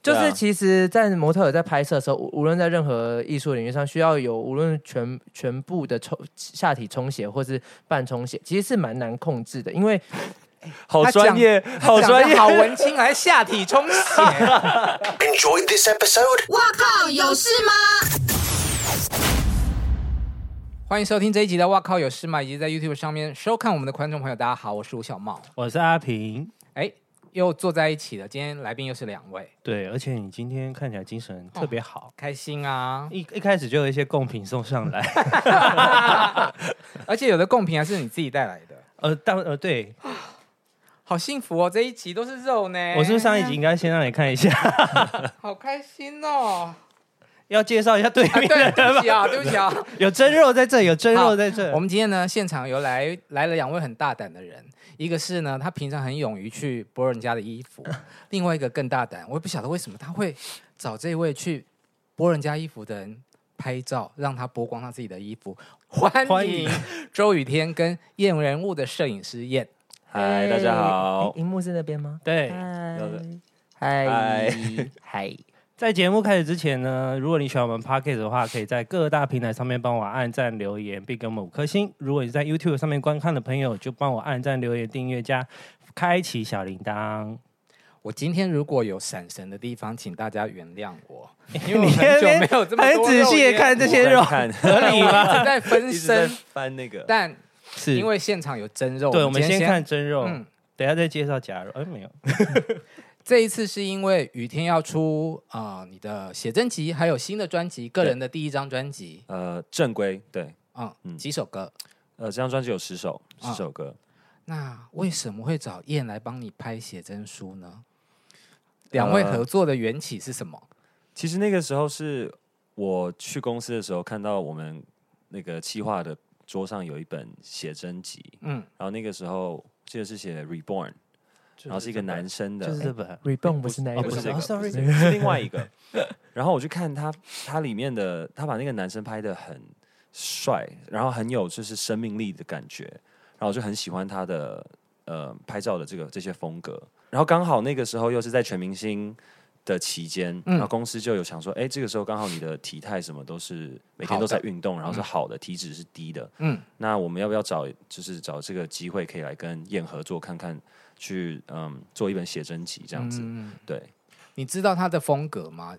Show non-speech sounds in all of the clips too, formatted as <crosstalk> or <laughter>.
就对啊是其实，在模特儿在拍摄的时候，无无论在任何艺术领域上，需要有无论全全部的充下体充血或是半充血，其实是蛮难控制的，因 <laughs> 为哎好他专讲业，好讲专得业，好文青，还下体充血。 Enjoyed this episode? 哇靠，有事吗？ <laughs> 欢迎收听这一集的《哇靠有事吗》，以及在 YouTube 上面收看我们的观众朋友，大家好，我是吴小茂。我是阿平。哎，又坐在一起了，今天来宾又是两位，对，而且你今天看起来精神特哦别好，开心啊！一一开始就有一些贡品送上来。 <laughs> 而且有的贡品还是你自己带来的，呃，当呃，对好幸福哦！这一集都是肉呢，我是不是上一集应该先让你看一下， <laughs> 好开心哦！要介绍一下对啊，面的对，人对吧不起啊，对不起啊。有真肉在这，有真肉在 <laughs> 这。我们今天呢，现场有来来了两位很大胆的人，一个是呢，他平常很勇于去剥人家的衣 <laughs> 服，另外一个更大胆，我也不晓得为什么他会找这位去剥人家衣服的人拍照，让他剥光他自己的衣服。欢欢迎迎周雨天跟验人物的摄影师验。嗨嗨，大家哎好。荧幕是那边吗？哎对，嗯嗨有的嗨 <laughs> 嗨，在节目开始之前呢，如果你喜欢我们 Podcast 的话，可以在各大平台上面帮我按赞、留言，并给我们五颗星。如果你在 YouTube 上面观看的朋友，就帮我按赞、留言、订阅加开启小铃铛。我今天如果有闪神的地方，请大家原谅 <laughs> 我，因为我你很久在那边没有这么很仔细 <laughs> 地看这些肉合理吗？一直在分一直在身，翻那个，但 <laughs> 是因为现场有真肉，对，我们们今天先看真肉，嗯等一下再介绍假肉。哎，没有，这一次是因为雨天要出啊你的写真集，还有新的专辑，个人的第一张专辑，呃，正规对，嗯，嗯几首歌。呃，这张专辑有十首，啊十首歌，那为什么会找燕来帮你拍写真书呢？呃两位合作的缘起是什么？其实那个时候是我去公司的时候，看到我们那个企划的桌上有一本写真集，嗯，然后那个时候记得是写 Reborn，然后是一个男生的，就是这本， Reborn 不是那一哦不是这个个哦，sorry 不是这个是另外一个。 <laughs> 然后我去看他，他里面的他把那个男生拍的很帅，然后很有就是生命力的感觉，然后我就很喜欢他的呃拍照的这个这些风格。然后刚好那个时候又是在全明星的期间，嗯然后公司就有想说，哎，这个时候刚好你的体态什么都是每天都在好的运动，然后是好的，体脂是低的，嗯嗯，那我们要不要找就是找这个机会可以来跟燕合作看看，去嗯做一本写真集这样子，嗯对。你知道他的风格吗？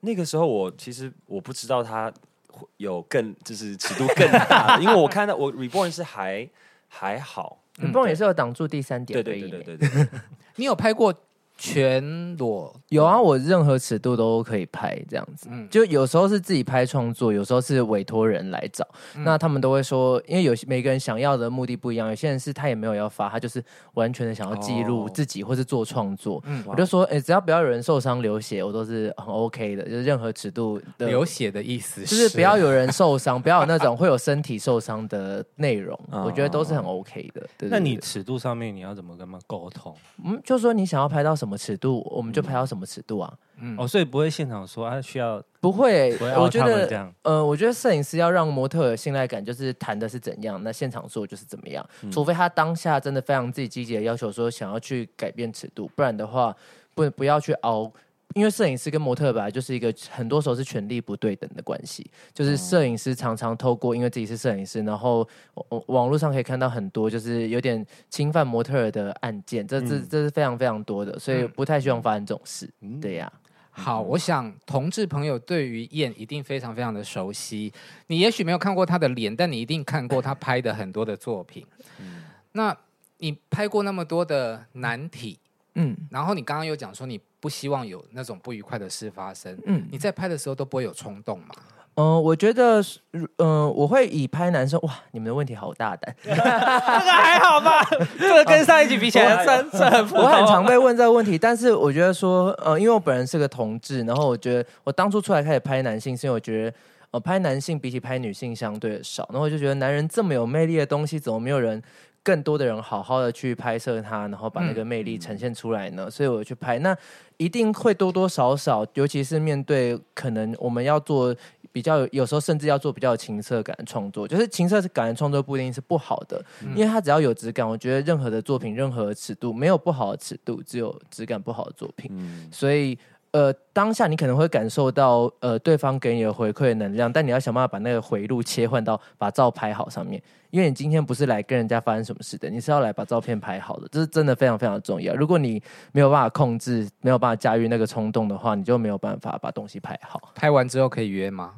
那个时候我其实我不知道他会有更就是尺度更大的，因为我看到我 reborn 是还还好，嗯，Reborn 也是有挡住第三点对而对已对对呢。对 <laughs> 对，你有拍过全裸？有啊，我任何尺度都可以拍这样子。嗯就有时候是自己拍创作，有时候是委托人来找。那他们都会说，因为有些每个人想要的目的不一样，有些人是他也没有要发，他就是完全的想要记录哦自己或是做创作。嗯我就说，哎、只要不要有人受伤流血，我都是很 OK 的，就是任何尺度的流血的意思就是不要有人受伤，不要有那种会有身体受伤的内容，我觉得都是很 OK 的。对对那你对尺度上面你要怎么跟他们沟通？嗯，就说你想要拍到什么尺度，我们就拍到什么尺度啊？嗯哦，所以不会现场说啊，需要不会，不会我凹觉他们得这样。呃，我觉得摄影师要让模特有信赖感，就是谈的是怎样，那现场做就是怎么样。嗯除非他当下真的非常自己积极的要求说想要去改变尺度，不然的话，不不要去熬。因为摄影师跟模特本来就是一个很多时候是权力不对等的关系，哦就是摄影师常常透过因为自己是摄影师，然后我我网络上可以看到很多就是有点侵犯模特儿的案件，这嗯这这是非常非常多的，所以不太希望发生这种事。对呀、好，我想同志朋友对于燕一定非常非常的熟悉。你也许没有看过她的脸，但你一定看过她拍的很多的作品。嗯那你拍过那么多的难题，嗯然后你刚刚又讲说你不希望有那种不愉快的事发生，嗯。你在拍的时候都不会有冲动嘛？嗯、我觉得是，嗯、我会以拍男生。哇，你们的问题好大胆！这个还好吧？这个跟上一集比起哦来，算算很普我很通。啊常被问这个问题，但是我觉得说，呃，因为我本人是个同志，然后我觉得我当初出来开始拍男性，是因为我觉得，呃，拍男性比起拍女性相对的少，然后我就觉得男人这么有魅力的东西，怎么没有人？更多的人好好的去拍摄它，然后把那个魅力呈现出来呢，所以我去拍，那一定会多多少少，尤其是面对可能我们要做比较有有时候甚至要做比较有情色感的创作，就是情色感的创作不一定是不好的，因为它只要有质感，我觉得任何的作品、任何的尺度没有不好的尺度，只有质感不好的作品。嗯，所以呃，当下你可能会感受到呃对方给你的回馈能量，但你要想办法把那个回路切换到把照拍好上面，因为你今天不是来跟人家发生什么事的，你是要来把照片拍好的，这是真的非常非常重要。如果你没有办法控制，没有办法驾驭那个冲动的话，你就没有办法把东西拍好。拍完之后可以约吗？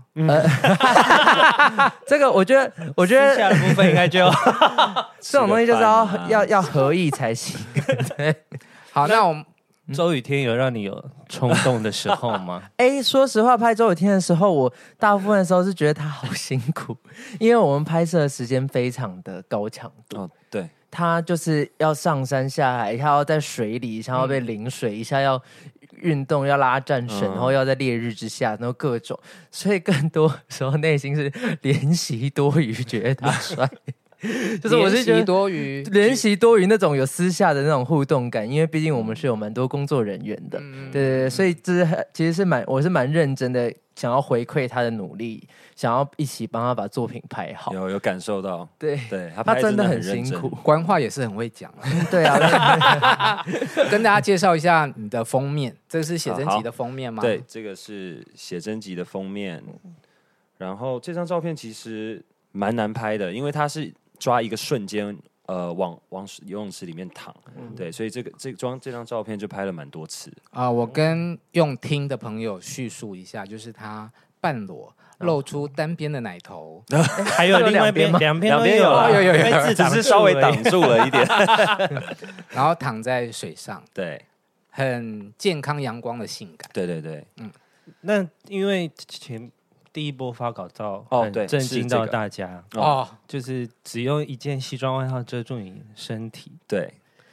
这个我觉得，我觉呃接下得来的部分应 <laughs> 该就这种东西就是吃要、个饭啊要要合意才行。好，那我们嗯周雨天有让你有冲动的时候 <laughs> 吗？哎，说实话，拍周雨天的时候，我大部分的时候是觉得他好辛苦， <laughs> 因为我们拍摄的时间非常的高强度。哦，对，他就是要上山下海，一下要在水里，一下要被淋水，一下要运动，要拉战绳，嗯然后要在烈日之下，然后各种，所以更多时候内心是怜惜多于觉得他帅，就是我是觉习得。多余，怜惜多于那种有私下的那种互动感，因为毕竟我们是有蛮多工作人员的，嗯对对对，所以这是很其实是蛮我是蛮认真的，想要回馈他的努力，想要一起帮他把作品拍好。有有感受到，对，对他他拍真的很认辛真苦，。官话也是很会讲啊。对啊，跟大家介绍一下你的封面，这是写真啊好集的封面吗？对，，这个是写真集的封面。然后这张照片其实蛮难拍的，因为它是抓一个瞬间，呃，往往水游泳池里面躺。嗯对，所以这个这张这张照片就拍了蛮多 <laughs> 次。啊、我跟用听的朋友叙述一下，就是他半裸露出单边的奶头，还有另外一边，两边两边都有啊啦哦有有有被字只挡是住稍微而已挡住了一点。 <laughs> 然后躺在水上，对，很健康阳光的性感。对对对，那因为前第一波发稿照哦很对震是惊这到个大家，哦，就是只用一件西装外套遮住你身体。对。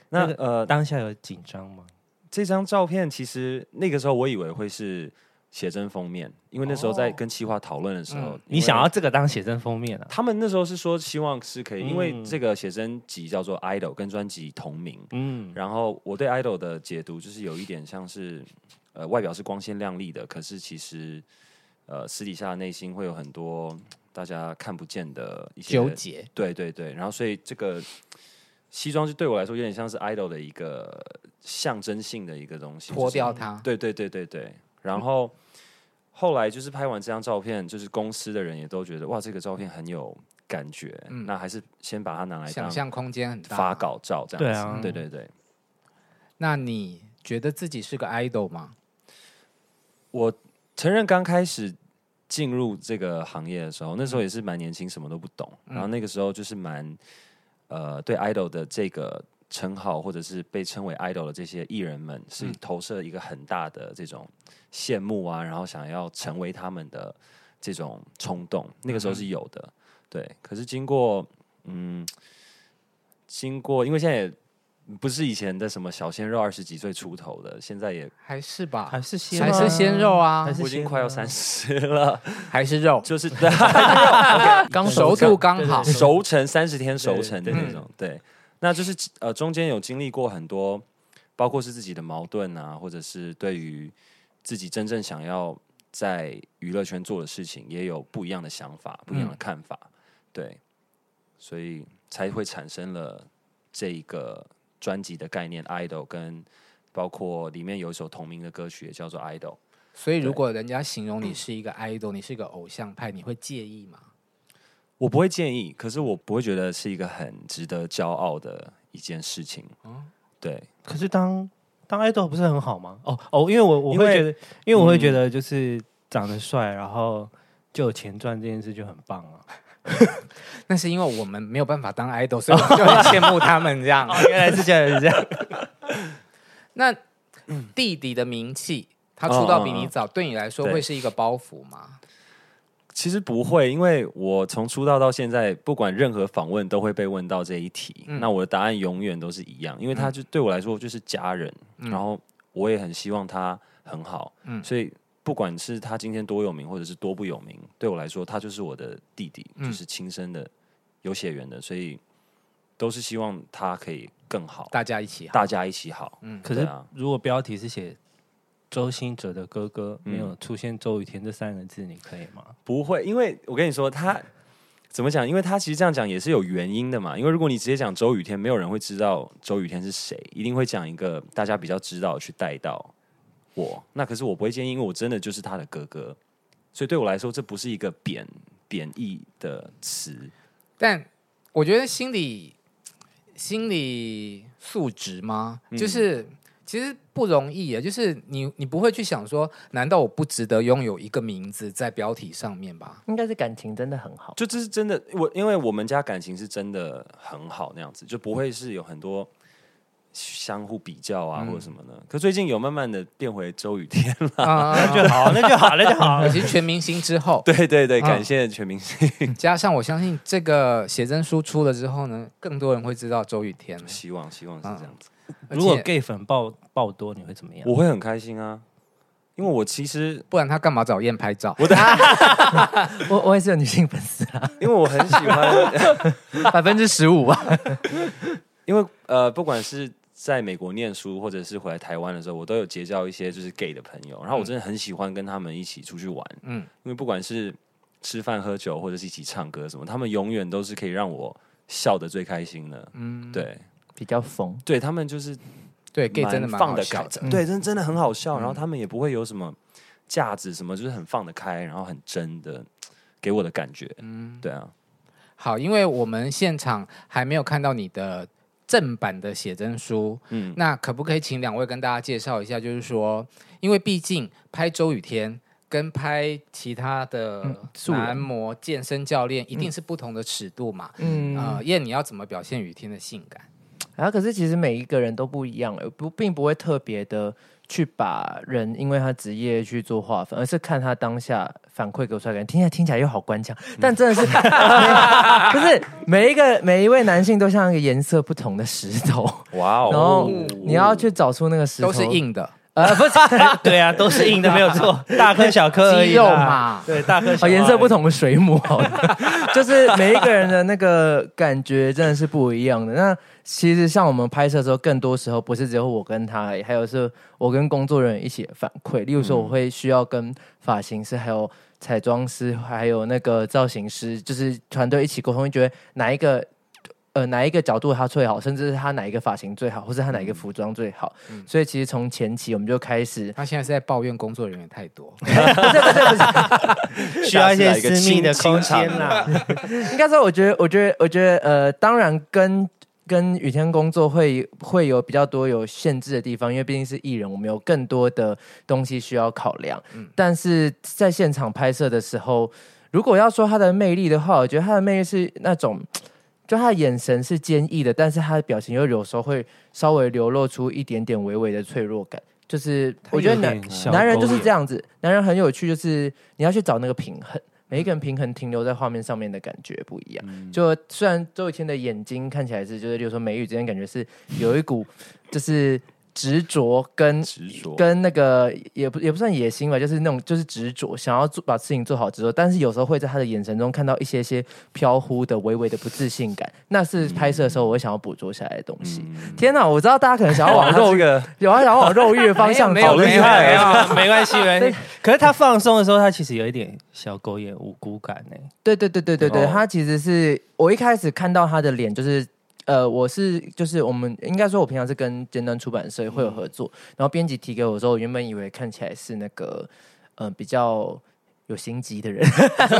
那那呃，当下有紧张吗？这张照片其实那个时候我以为会是写真封面，因为那时候在跟企划讨论的时嗯候，因为哦你想要这个当写真封面啊？他们那时候是说希望是可以，因为嗯这个写真集叫做《Idol》，跟专辑同名。嗯，然后我对 Idol 的解读就是有一点像是，呃，外表是光鲜亮丽的，可是其实，呃，私底下内心会有很多大家看不见的一些纠结，对对对，然后所以这个西装就对我来说有点像是 idol 的一个象征性的一个东西，脱掉就是它。对对对对对，然后后来就是拍完这张照片，就是公司的人也都觉得哇，这个照片很有感觉，嗯那还是先把它拿来想当象空间很大。发稿照这样子。对啊对对对，那你觉得自己是个 idol 吗？我承认刚开始进入这个行业的时候，那嗯时候也是蛮年轻，什么都不懂。然后那个时候就是蛮呃，对 idol 的这个称号，或者是被称为 idol 的这些艺人们，是嗯投射一个很大的这种羡慕啊，然后想要成为他们的这种冲动，那个时嗯候是有的。对，可是经过嗯，经过因为现在也。不是以前的什么小鲜肉，二十几岁出头的，现在也还是吧，还是鲜还是鲜肉啊还，是我已经鲜快要啊三十了，还是肉，就是 <laughs> 刚熟度刚好对。对熟成三十天熟成的对对那种，对，那就是呃中间有经历过很多，包括是自己的矛盾啊，或者是对于自己真正想要在娱乐圈做的事情，也有不一样的想法、不一嗯样的看法，对，所以才会产生了这一个专辑的概念《idol》跟。包括里面有一首同名的歌曲，也叫做《idol》。所以如对果人家形容你是一个 idol，你是个偶像派，你会介意吗？我不会建议，可是我不会觉得是一个很值得骄傲的一件事情。哦对，可是当当 idol 不是很好吗？哦哦，因为嗯我我因会为觉得，因为我会觉得就是长得帅，然后就有钱赚这件事就很棒啊。那是因为我们没有办法当 idol，所以我们就很羡慕他们这样。 <laughs> 原来是这样，是这样。那嗯弟弟的名气，他出道比你早，对你来说哦对会是一个包袱吗？其实不会，因为我从出道到现在，不管任何访问都会被问到这一题，嗯那我的答案永远都是一样，因为他就对我来说就是家人，然后我也很希望他很好，嗯所以不管是他今天多有名，或者是多不有名，对我来说，他就是我的弟弟，嗯就是亲生的，有血缘的，所以都是希望他可以更好，大家一起好，嗯嗯 <laughs> 大家一起好。可对是啊如果标题是写周兴哲的哥哥没有出现“周雨天”这三个字，你可以 <laughs> 吗？不会，因为我跟你说，他怎么讲？因为他其实这样讲也是有原因的嘛。因为如果你直接讲周雨天，没有人会知道周雨天是谁，一定会讲一个大家比较知道去带到我。那可是我不会建议，因为我真的就是他的哥哥，所以对我来说，这不是一个贬贬义的词。但我觉得心理心理素质吗？嗯就是其实不容易耶，就是你你不会去想说，难道我不值得拥有一个名字在标题上面 <laughs> 吧？应该是感情真的很好。就这是真的，我因为我们家感情是真的很好，那样子就不会是有很多相互比较啊、或者什么的。可最近有慢慢的变回周雨天了， <laughs> 啊，那就好，哦那就好，那就 <laughs> 好。尤其是全明星之后，对对对，啊感谢全明星，加上我相信这个写真书出了之后呢，更多人会知道周雨天了。希望希望是这样子，而如果且 gay 粉爆爆多，你会怎么样？我会很开心啊，因为我其实 <laughs> 不然他干嘛找燕拍照？我的，我我也是有女性粉丝啊，因为我很喜欢， <laughs> 百分之十五吧。因为呃，不管是。在美国念书，或者是回来台湾的时候，我都有结交一些就是 gay 的朋友，然后我真的很喜欢跟他们一起出去玩，嗯，因为不管是吃饭、喝酒，或者是一起唱歌什么，他们永远都是可以让我笑得最开心的。嗯，对，比较疯，对他们就是对，gay 真的蛮放好得笑开的。，对，真真的很好笑。然后他们也不会有什么架子什么，就是很放得开，然后很真的给我的感觉。嗯，对啊，好，因为我们现场还没有看到你的正版的写真书，嗯，那可不可以请两位跟大家介绍一下？就是说，因为毕竟拍周雨天跟拍其他的嗯素人男模健身教练一定是不同的尺度嘛。嗯啊、燕，你要怎么表现雨天的性感？然后啊可是其实每一个人都不一样，呃不并不会特别的去把人因为他职业去做划分，而是看他当下反馈给我出来的感觉。听起来听起来又好官腔，但真的是不是每一个每一位男性都像一个颜色不同的石头，哇哦然后你要去找出那个石头都是硬的，呃不是对 <laughs> 啊，都是硬的，没有 <laughs> 错，大颗小颗而已肌啦肉嘛对，大颗小哦而已颜色不。同的水母好了，就是每一个人的那个感觉真的是不一样的。那其实像我们拍摄的时候，更多时候不是只有我跟他而已，还有是我跟工作人员一起反馈。例如说，我会需要跟发型师、还有彩妆师、还有那个造型师，就是团队一起沟通，觉得哪一个。呃，哪一个角度他最好，甚至是他哪一个发型最好，或是他哪一个服装最好，所以其实从前期我们就开始他现在是在抱怨工作人员太 <laughs> 多。需要一些私密的下次来一空个清间 <laughs> 啦。应该说，我觉得，我觉得，我觉得，呃，当然跟跟雨天工作会会有比较多有限制的地方，因为毕竟是艺人，我们有更多的东西需要考量。但是在现场拍摄的时候，如果要说他的魅力的话，我觉得他的魅力是那种。就他的眼神是坚毅的，但是他的表情又有时候会稍微流露出一点点微微的脆弱感。就是我觉得男男人就是这样子，男人很有趣，就是你要去找那个平衡，每一个人平衡停留在画面上面的感觉不一样。嗯就虽然周雨天的眼睛看起来是，就是例如说美宇之间感觉是有一股就是执着跟执着跟那个也不也不算野心吧，就是那种就是执着，想要做把事情做好执着，但是有时候会在他的眼神中看到一些些飘忽的、微微的不自信感，那是拍摄的时候我会想要捕捉下来的东西。嗯天哪，我知道大家可能想要往肉这 <laughs> 个有啊，想要往肉欲的方向没有跑没有厉没 <laughs> 有害没有，没关系，没关系。可是他放松的时候，他其实有一点小狗眼无辜感呢。对对对对对对，哦他其实是我一开始看到他的脸，就是呃，我是就是我们应该说，我平常是跟尖端出版社会有嗯合作，然后编辑提给我的时候，我原本以为看起来是那个嗯、呃比较有心机的人，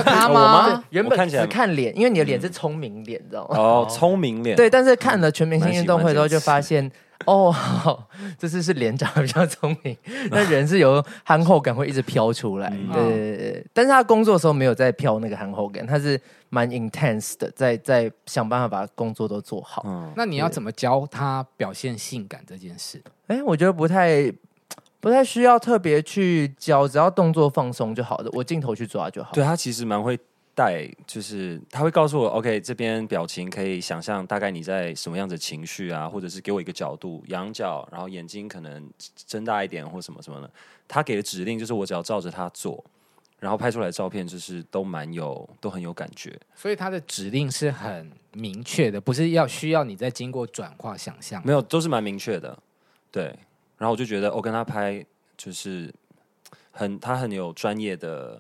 他 <laughs> <laughs> 我吗？原我本看起只来嗯看脸，因为你的脸是聪明脸，你知道吗？哦，聪明脸，对，，但是看了全明星嗯蛮喜运动欢会这之后，个就词发现哦， <laughs> 好，这次是脸长得比较聪 <laughs> 明，那人是有憨厚感会一直飘出来。嗯对哦对对对对，但是他工作的时候没有在飘那个憨厚感，他是蛮 intense 的，在在想办法把工作都做好。嗯，那你要怎么教他表现性感这件事？哎、我觉得不太不太需要特别去教，只要动作放松就好了，我镜头去抓就好。对他啊其实蛮会带，就是他会告诉我，OK，这边表情可以想象大概你在什么样子的情绪啊，或者是给我一个角度，仰角，然后眼睛可能睁大一点或什么什么的。他给的指令就是我只要照着他做，然后拍出来的照片就是都蛮有，都很有感觉。所以他的指令是很明确的，不是要需要你再经过转化想象。哦没有，都是蛮明确的，对。然后我就觉得，我、跟他拍，就是很他很有专业的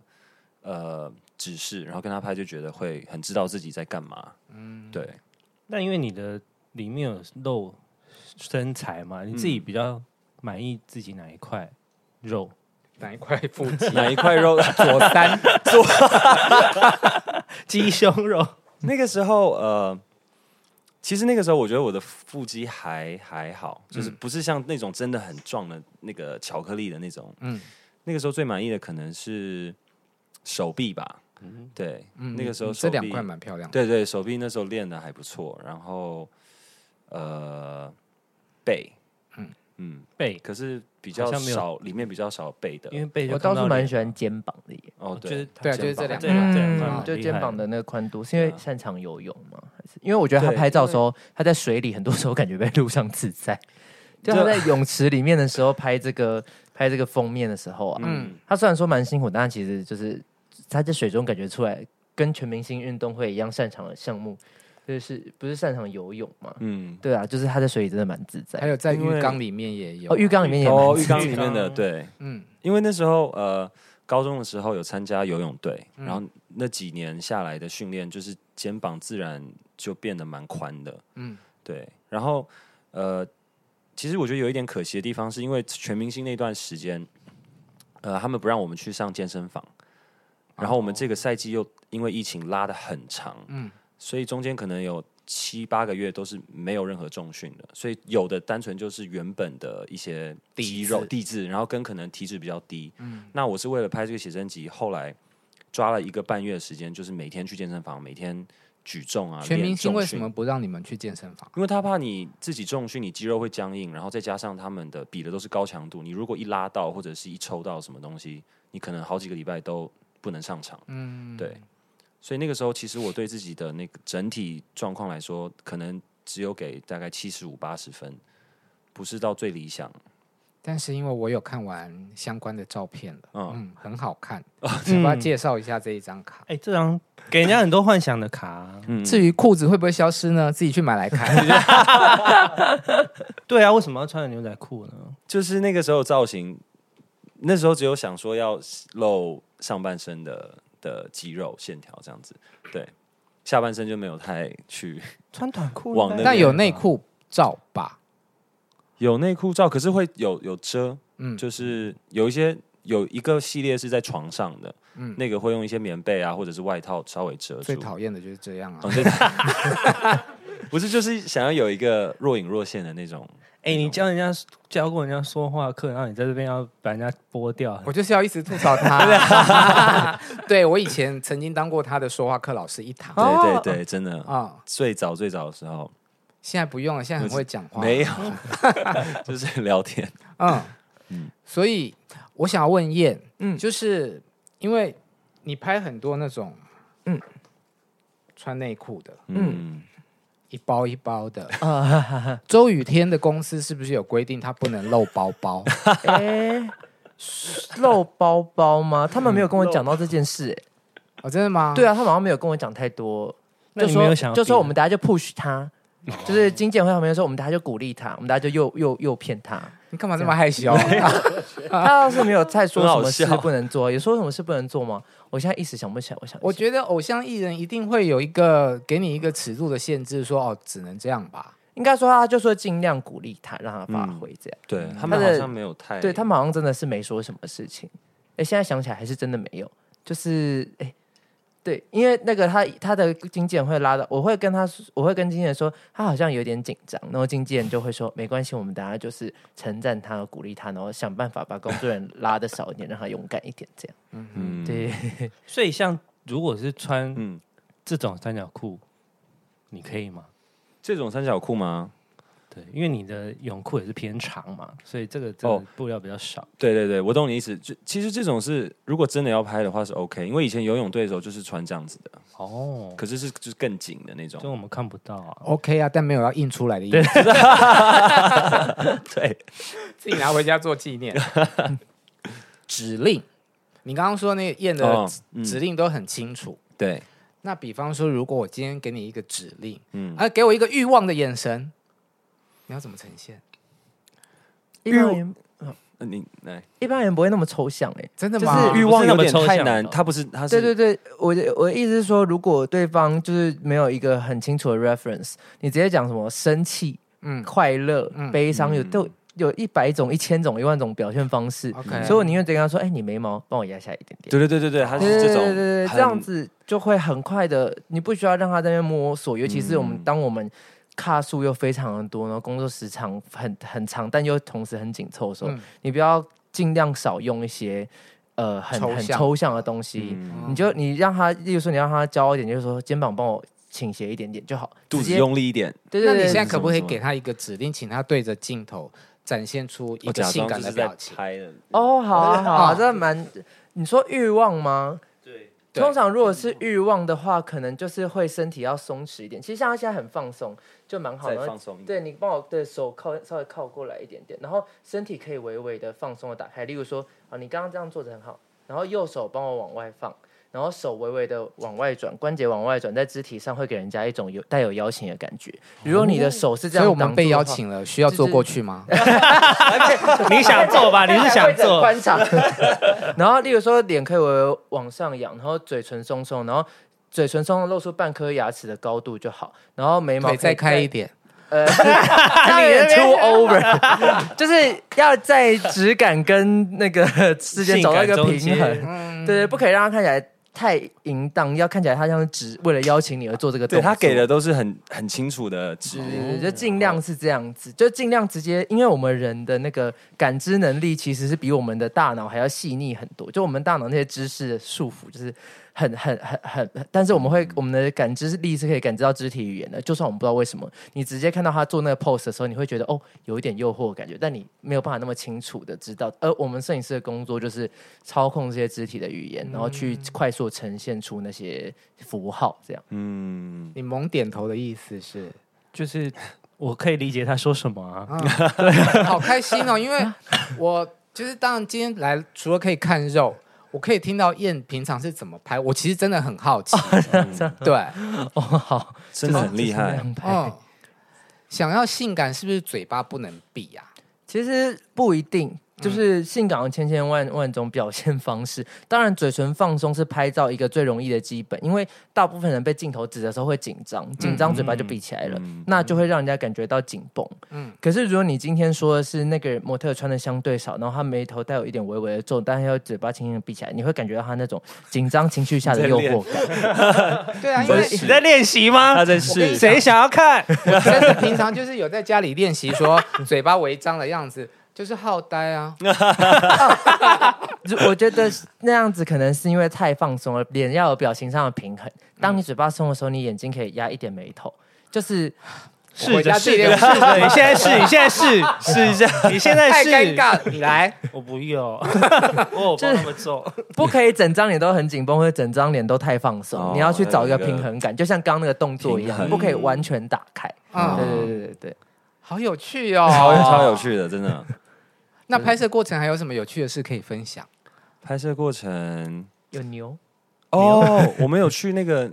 呃指示，然后跟他拍就觉得会很知道自己在干嘛。嗯，对，那因为你的里面有露身材嘛，你自己比较满意自己哪一块 <laughs> 肉？哪一块腹肌？哪一块肉？左三，鸡胸肉？那个时候，呃，其实那个时候我觉得我的腹肌还还好，就是嗯不是像那种真的很壮的那个巧克力的那种。嗯嗯，那个时候最满意的可能是手臂吧。嗯对， <laughs> 那个时候这手臂两块蛮漂亮的。对对，手臂那时候练的还不错，然后呃背，嗯嗯，背可是比较好像没有少，里面比较少背的因。为背就我倒是看到蛮脸喜欢肩膀的耶，哦，就对是，对啊肩就是这膀两这块两这两块嗯蛮就厉肩害膀的那个宽度，是因为对啊擅长游泳吗？还是因为我觉得他对拍照的因时候，他在水里很 <laughs> 多时候感觉被路上自在。就他就在泳池里面的时候拍这个拍这个封面的时候啊，嗯，他虽然说蛮辛苦，但他其实就是他在水中感觉出来，跟全明星运动会一样擅长的项目，就是不是擅长游泳嘛？嗯，对啊，就是他在水里真的蛮自在。 <laughs> 还有在因为浴缸里面也有啊哦，浴缸里面也哦，蛮浴缸自里面的己对，嗯因为那时候呃，高中的时候有参加游泳队，嗯然后那几年下来的训练，就是肩膀自然就变得蛮宽的。嗯，对。然后呃，其实我觉得有一点可惜的地方，是因为全明星那段时间，呃，他们不让我们去上健身房，然后我们这个赛季又因为疫情拉的很长，嗯嗯，所以中间可能有。七八个月都是没有任何重训的，所以有的单纯就是原本的一些底肌肉子地质，然后跟可能体脂比较低。嗯那我是为了拍这个写真集，后来抓了一个半月的时间，就是每天去健身房，每天举重啊。全练明星重为什训么不让你们去健身房？因为他怕你自己重训，你肌肉会僵硬，然后再加上他们的比的都是高强度，你如果一拉到或者是一抽到什么东西，你可能好几个礼拜都不能上场。嗯，对。所以那个时候，其实我对自己的那个整体状况来说，可能只有给大概七十五八十分，不是到最理想。但是因为我有看完相关的照片了，嗯嗯，很好看，哦嗯我要介绍一下这一张卡。哎、这张给人家很多幻想的卡啊、嗯，至于裤子会不会消失呢？自己去买来 <laughs> 看。对啊，为什么要穿着牛仔裤呢？就是那个时候造型，那时候只有想说要露上半身的的肌肉线条这样子，对，下半身就没有太去穿短裤往应该那但边有内裤照吧？有内裤照，可是会有有遮，嗯就是有一些有一个系列是在床上的，嗯那个会用一些棉被啊或者是外套稍微遮最住，讨厌的就是这样啊哦。最讨不是就是想要有一个若隐若现的那种，哎、你教人家教过人家说话课，然后你在这边要把人家剥掉，我就是要一直吐槽他。 <laughs> 对，我以前曾经当过他的说话课老师一堂啊、对对对，真的。最早最早的时候现在不用了，现在很会讲话。没有，就是聊天。嗯，所以我想要问燕，嗯，就是因为你拍很多那种，嗯，穿内裤的，嗯，一包一包的。周雨天的公司是不是有规定他不能露包包？哎、 <laughs> 露包包吗？他们没有跟我讲到这件事、哎哦，真的吗？对啊，他们好像没有跟我讲太多，那就你没有说想要就说逼我们大家就 push 他，就是金建辉旁边说我们大家就鼓励他，我们大家就诱诱诱骗他。你干嘛这么害羞？啊他倒是没有再说很什好么事笑不能 <laughs> 做，也说什么事不能做吗？我现在一时想不起来，我想我得觉得偶像艺人一定会有一个给你一个尺度的限制，说哦，只能这样吧。应该说他就说尽量鼓励他，让他发挥这样。对他们他好的像没有太对他们好像真的是没说什么事情。哎，现在想起来还是真的没有，就是哎，对，因为那个他他的经纪人会拉到，我会跟他说，我会跟经纪人说他好像有点紧张，然后经纪人就会说没关系，我们等下就是称赞他、鼓励他，然后想办法把工作人拉的少一点，让他勇敢一点这样。嗯对， <laughs> 所以像如果是穿嗯这种三角裤，你可以吗？这种三角裤吗？对，因为你的泳裤也是偏长嘛，所以这个真的哦布料比较少。对对对，我懂你意思。就其实这种是如果真的要拍的话是 OK，因为以前游泳队的时候就是穿这样子的，哦，可是是就是更紧的那这种。我们看不到啊。 OK 啊，但没有要印出来的意思， <laughs> 对， <laughs> 自己拿回家做纪念。指令，你刚刚说那个燕的哦嗯指令都很清楚。对，那比方说，如果我今天给你一个指令，嗯，啊，给我一个欲望的眼神，你要怎么呈现？一般人呃你来，一般人不会那么抽象哎、真的就吗？是欲望有点太不是那么抽难，象他不是，他是对对对，我的我的意思是说，如果对方就是没有一个很清楚的 reference，你直接讲什么生气、嗯快乐、嗯悲伤，有嗯哦都有一百种、一千种、一万种表现方式， ，OK，所以我宁愿直接跟他说：“哎、你眉毛帮我压下一点点。”对对对对对，他是对这种对对对，很这样子就会很快的，你不需要让他在那边摸索，尤其是我们、嗯当我们卡数又非常的多，然后工作时长很很长，但又同时很紧凑的时候，嗯你不要尽量少用一些呃很抽很象抽象的东西，嗯你就你让他，例如说你让他骄傲一点，就是说肩膀帮我倾斜一点点就好，肚直子接用力一点，对那对你对，现在可不可以什么给他一个指令，请他对着镜头展现出一我个假性装感就的是在表情？拍的。哦，好啊，好啊，啊这蛮。你说欲望吗？对，对通常如果是欲望的话，可能就是会身体要松弛一点。其实像他现在很放松，就蛮好再的。然后放松一点，对你帮我对手靠稍微靠过来一点点，然后身体可以微微的放松的打开。例如说，啊，你刚刚这样做的很好，然后右手帮我往外放，然后手微微的往外转，关节往外转，在肢体上会给人家一种有带有邀请的感觉。如果你的手是这哦所样，以我们被邀，请了，需要坐过去吗？ <laughs> 你想 <laughs> 做吧？你是想做？观察。 <laughs> 然后，例如说脸可以微微往上仰，然后嘴唇松松，然后嘴唇松松露出半颗牙齿的高度就好，然后眉毛可腿以再开一点，呃，你 <laughs> 有点 too over，就是要在质感跟那个之间性找到感一个中平间衡。对对，不可以让他看起来太淫荡，要看起来他像是只为了邀请你而做这个动对作。他给的都是很很清楚的指对。令。对对就尽量是这样子，就尽量直接，因为我们人的那个感知能力其实是比我们的大脑还要细腻很多。就我们大脑那些知识的束缚，就是很很很很，但是我们会我们的感知力是可以感知到肢体语言的。就算我们不知道为什么，你直接看到他做那个 pose 的时候，你会觉得哦有一点诱惑的感觉，但你没有办法那么清楚的知道。而我们摄影师的工作就是操控这些肢体的语言，然后去快速呈现出那些符号，这样。嗯，你猛点头的意思是？ <laughs> 就是我可以理解他说什么啊。好开心哦，因为我就是当然今天来，除了可以看肉，我可以听到燕平常是怎么拍，我其实真的很好奇。对， <laughs> 哦，好，真的很就是厉这害。样拍嗯，想要性感是不是嘴巴不能闭啊呀、其实不一嗯定，就是性感有千千万万种表现方式。 <laughs> 当然，嘴唇放松是拍照一个最容易的基本，因为大部分人被镜头指的时候会紧张，紧张嘴巴就闭起来了，嗯那就会让人家感觉到紧绷。嗯可是如果你今天说的是那个模特穿的相对少，然后他眉头带有一点微微的皱，但是又嘴巴轻轻的闭起来，你会感觉到他那种紧张情绪下的诱惑感。对啊，因真为是你 <laughs> 在练习吗？他在试，谁想要看？我真的平常就是有在家里练习说嘴巴微张的样子，就是好呆啊。就我觉得那样子可能是因为太放松了，脸要有表情上的平衡。当你嗯嘴巴松的时候，你眼睛可以压一点眉头，就是我试回家着自己试练着试着，你现在试，你现在试试一下， <laughs> 你现在太试，尴尬了，你 <laughs> 来，我不 <laughs> 要，我有帮他们做，不可以整张脸都很紧绷，或者整张脸都太放松。哦你要去找一个平衡感，就像刚刚那个动作一平样，衡哦不可以完全打开。嗯，对对对对对，好有趣哦，超超有。趣的，真的。那拍摄过程还有什么有趣的事可以分享？拍摄过程有牛 <laughs> 哦，我们有去那个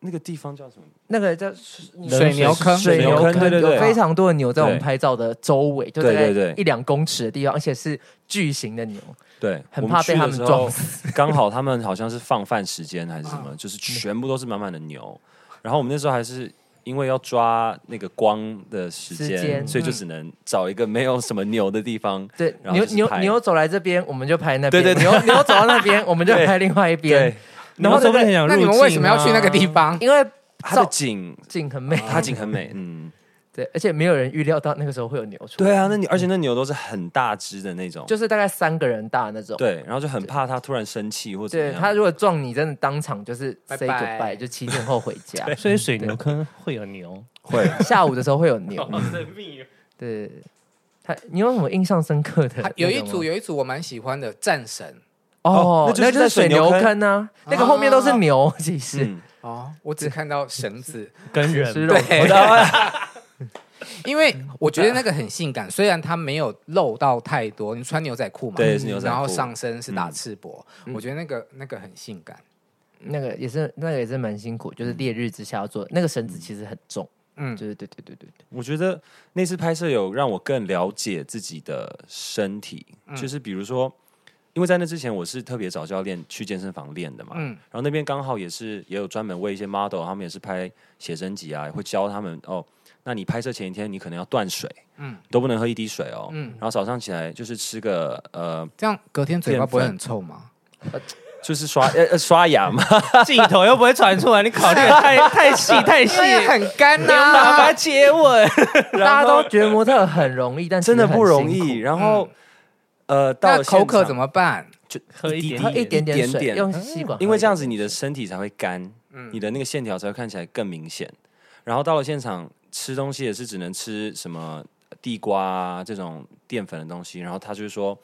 那个地方叫什么？那个叫水牛坑水水牛牛坑对对对有非常多的牛在我们对拍照的周围，就大对概对对一两公尺的地方，而且是巨型的牛，对，很我怕被去他的们时撞候，死。 <laughs> 啊刚好他们好像是放饭时间还是什么，就是全部都是满满的牛。然后我们那时候还是因为要抓那个光的时时间，间嗯所以就只能找一个没有什么牛的地方。对，然后牛就是牛拍牛走来这边，我们就拍那边；对对对牛牛走到那 <laughs> 边，我们就对拍另外一边对。，然后你们说不那个定想那你们入为境什么要去那个地啊？ <laughs> 方？因为它的照景，景很美，它景很美，嗯。 <laughs> 对，而且没有人预料到那个时候会有牛出来，对啊，那牛而且那牛都是很大只的那种，就是大概三个人大那种。对，然后就很怕它突然生气或者对他如果撞你，真的当场就是 say 拜拜 goodbye，就七天后回家。啊所以水牛坑会有牛，会下午的时候会有 <laughs> 牛，神秘。对。他，你有什么印象深刻的那个还吗？有一组有一组我蛮喜欢的战神哦，哦那那就就是是水牛水牛坑啊，那个后面都是牛，其实嗯，哦，我只看到绳子， <laughs> 跟吃人肉。对， <laughs> 因为我觉得那个很性感，虽然它没有露到太多，你穿牛仔裤嘛，对是牛仔裤然后上身是打赤膊，我觉得那个那个很性感，那个也是，那个也是蛮辛苦，就是烈日之下要做，那个绳子其实很重，嗯对对对对对对，我觉得那次拍摄有让我更了解自己的身体，就是比如说，因为在那之前我是特别找教练去健身房练的嘛，嗯然后那边刚好也是也有专门为一些 model，他们也是拍写真集啊，会教他们哦，那你拍摄前一天你可能要断水，嗯都不能喝一滴水哦，嗯然后早上起来就是吃个呃，这样隔天嘴巴不会淀很粉臭吗？就是刷呃呃刷牙嘛， <laughs> 镜头又不会传出来，你考虑得 <laughs> 太太细太细因，为很干你呐、要把它接吻。 <laughs> 大家都觉得模特很容易，但真的不容其实很易。辛苦。嗯然后、呃，到那了口渴么？怎么办？就喝一滴点滴喝一点点点水，用吸管，因为这样子喝一你点嗯的身体才会干，你的那个线条才会看起来更明显。然后到了现场吃东西也是只能吃什么地瓜啊这种淀粉的东西，然后他就是说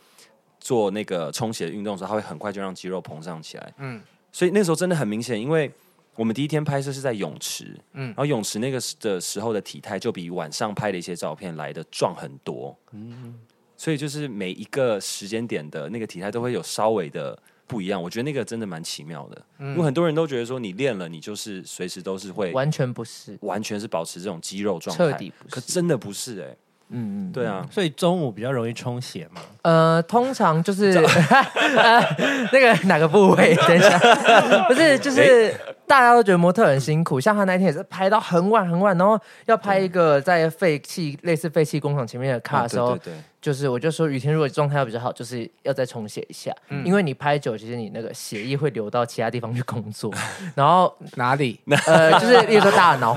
做那个充血运动的时候，他会很快就让肌肉膨胀起来。嗯所以那时候真的很明显，因为我们第一天拍摄是在泳池，嗯然后泳池那个时的时候的体态就比晚上拍的一些照片来的壮很多，所以就是每一个时间点的那个体态都会有稍微的不一样，我觉得那个真的蛮奇妙的，因为很多人都觉得说你练了，你就是随时都是会嗯完全不是，完全是保持这种肌肉状彻态底，不可是真的不是哎、嗯嗯，对啊，所以中午比较容易充血嘛，呃，通常就是呃 <laughs> 那个哪个部 <laughs> 位？等一下，不是，就是大家都觉得模特很辛苦，像他那一天也是拍到很晚很晚，然后要拍一个在废弃类似废弃工厂前面的卡的时候，嗯对对对就是我就说雨天如果状态要比较好，就是要再重写一下，嗯因为你拍久，其实你那个血液会流到其他地方去工 <laughs> 作，然后哪里？呃，就是例如说大 <laughs> 脑，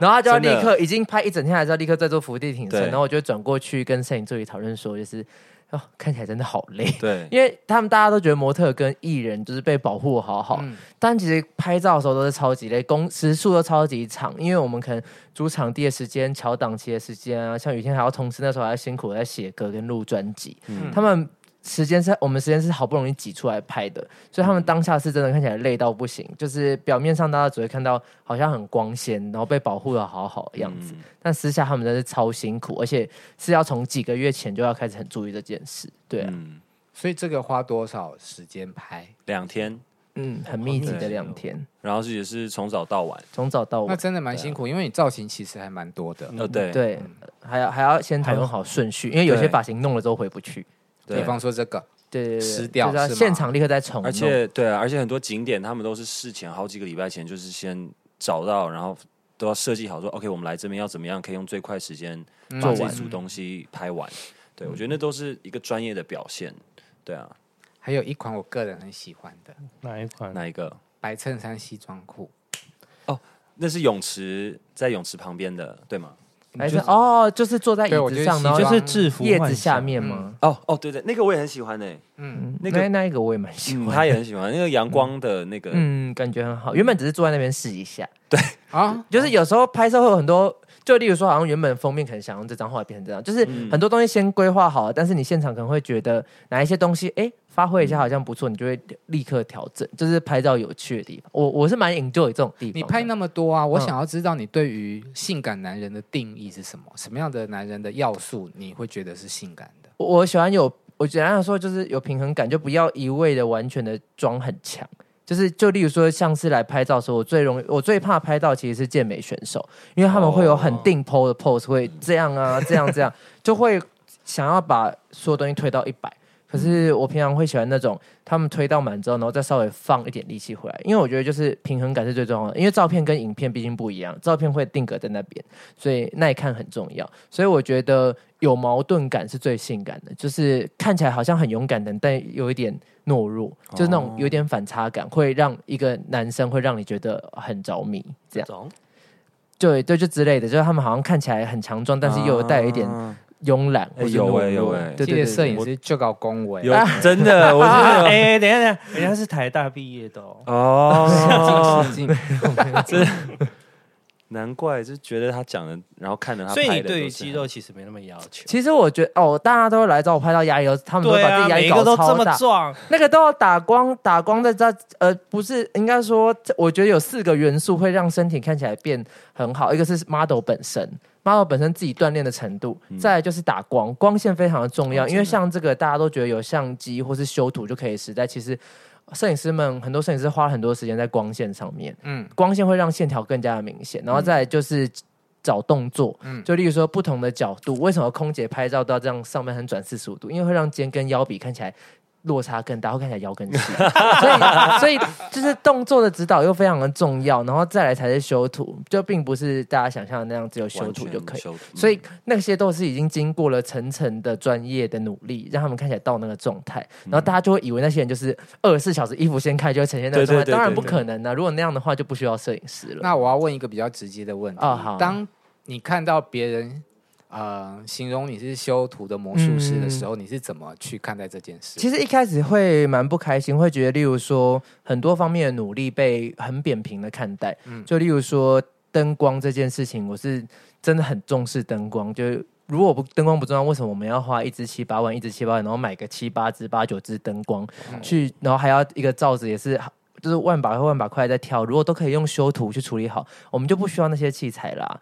然后他就要立真的刻已经拍一整天，还是要立刻再做伏地挺身，对然后我就会转过去跟摄影助理讨论说，就是哦，看起来真的好累。对因为他们大家都觉得模特跟艺人就是被保护得好好，但其实拍照的时候都是超级累，工时数都超级长，因为我们可能租场地的时间、调档期的时间啊，像雨天还要同时那时候还要辛苦地在写歌跟录专辑，他们时间是我们时间是好不容易挤出来拍的，所以他们当下是真的看起来累到不行，就是表面上大家只会看到好像很光鲜，然后被保护的好好的样子，嗯但私下他们真的是超辛苦，而且是要从几个月前就要开始很注意这件事，对啊、嗯，所以这个花多少时间拍？两天，嗯，很密集好累的哦两天，然后是也是从早到晚，从早到那晚。真的蛮辛苦，因为你造型其实还蛮多的，嗯呃对对，还要还要先讨论好顺序，因为有些对发型弄了之后回不去。对比方说这个，对对对，湿掉就是要是吗现场立刻再重弄。而且对啊，而且很多景点他们都是事前好几个礼拜前就是先找到，然后都要设计好说，OK，我们来这边要怎么样可以用最快时间把做嗯这完嗯组东西拍完。对，我觉得那都是一个专业的表现。对啊，还有一款我个人很喜欢的哪一款？哪一个？白衬衫西装裤，那是泳池，在泳池旁边的，对吗？还是哦，就是坐在椅对我觉子得上，西然后就是制服叶幻子下想面吗？哦哦，对对，那个我也很喜欢诶、嗯，嗯那那个那一个我也蛮喜嗯欢，他也很喜欢那个阳光的那个，嗯，感觉很好。原本只是坐在那边试一下，啊，就是有时候拍摄会有很多，就例如说，好像原本封面可能想用这张，后来变成这张，就是很多东西先规划好了，但是你现场可能会觉得哪一些东西，哎，发挥一下好像不错，你就会立刻调整，就是拍照有趣的地方。我我是蛮 enjoy 这种地方的。你拍那么多啊，我嗯想要知道你对于性感男人的定义是什么？什么样的男人的要素你会觉得是性感的？我我喜欢有，我简单的说就是有平衡感，就不要一味的完全的装很强。就是就例如说，像是来拍照的时候，我最容易，我最怕拍到其实是健美选手，因为他们会有很定 pose 的 pose，会这样啊，这样这样，就会想要把所有东西推到一百。可是我平常会喜欢那种他们推到满之后，然后再稍微放一点力气回来，因为我觉得就是平衡感是最重要的。因为照片跟影片毕竟不一样，照片会定格在那边，所以耐看很重要。 <laughs> 所以我觉得有矛盾感是最性感的，就是看起来好像很勇敢的，但有一点懦弱，哦就是那种有点反差感，会让一个男生会让你觉得很着迷。这样种对对，就之类的，就是他们好像看起来很强壮，但是又有带有一点啊慵懒哎或是有懦哎有弱哎对记对得对，摄影对师就搞恭维，啊有 <laughs> 真的，我真的 <laughs> 哎、等一下，等一下，人家是台大毕业的哦。 <laughs> 哦，进进难怪就觉得他讲的，然后看着他拍所的以都是你很，对于肌肉其实没那么要求。其实我觉得哦，大家都来找我拍到压力，他们都对把自啊，己压每力一搞个都这超么大，壮，那个都要打光，打光在这呃，不是应该说，这我觉得有四个元素会让身体看起来变很好，一个是 model 本身。model 本身自己锻炼的程度，再来就是打光，光线非常的重要，因为像这个大家都觉得有相机或是修图就可以时代，其实摄影师们很多摄影师花了很多时间在光线上面，嗯光线会让线条更加的明显，然后再来就是找动作，嗯就例如说不同的角度，为什么空姐拍照都要这样上半身转四十五度？因为会让肩跟腰比看起来。落差更大，会看起来腰更细，所以所以就是动作的指导又非常的重要，然后再来才是修图，就并不是大家想象的那样只有修图就可以。以所以那些都是已经经过了层层的专业的努力，让他们看起来到那个状态，嗯然后大家就会以为那些人就是二十四小时衣服掀开就会呈现那个状态，对对对当然对不对可能呢、啊如果那样的话，就不需要摄影师了。那我要问一个比较直接的问题：哦好当你看到别人呃形容你是修图的魔术师的时候，你是怎么去看待这件事？嗯其实一开始会蛮不开心，会觉得，例如说很多方面的努力被很扁平的看待，嗯就例如说灯光这件事情，我是真的很重视灯光，就是。如果不灯光不重要，为什么我们要花一支七八万，一支七八万，然后买个七八支、八九支灯光去，然后还要一个罩子，也是就是万把块万把块在挑。如果都可以用修图去处理好，我们就不需要那些器材啦。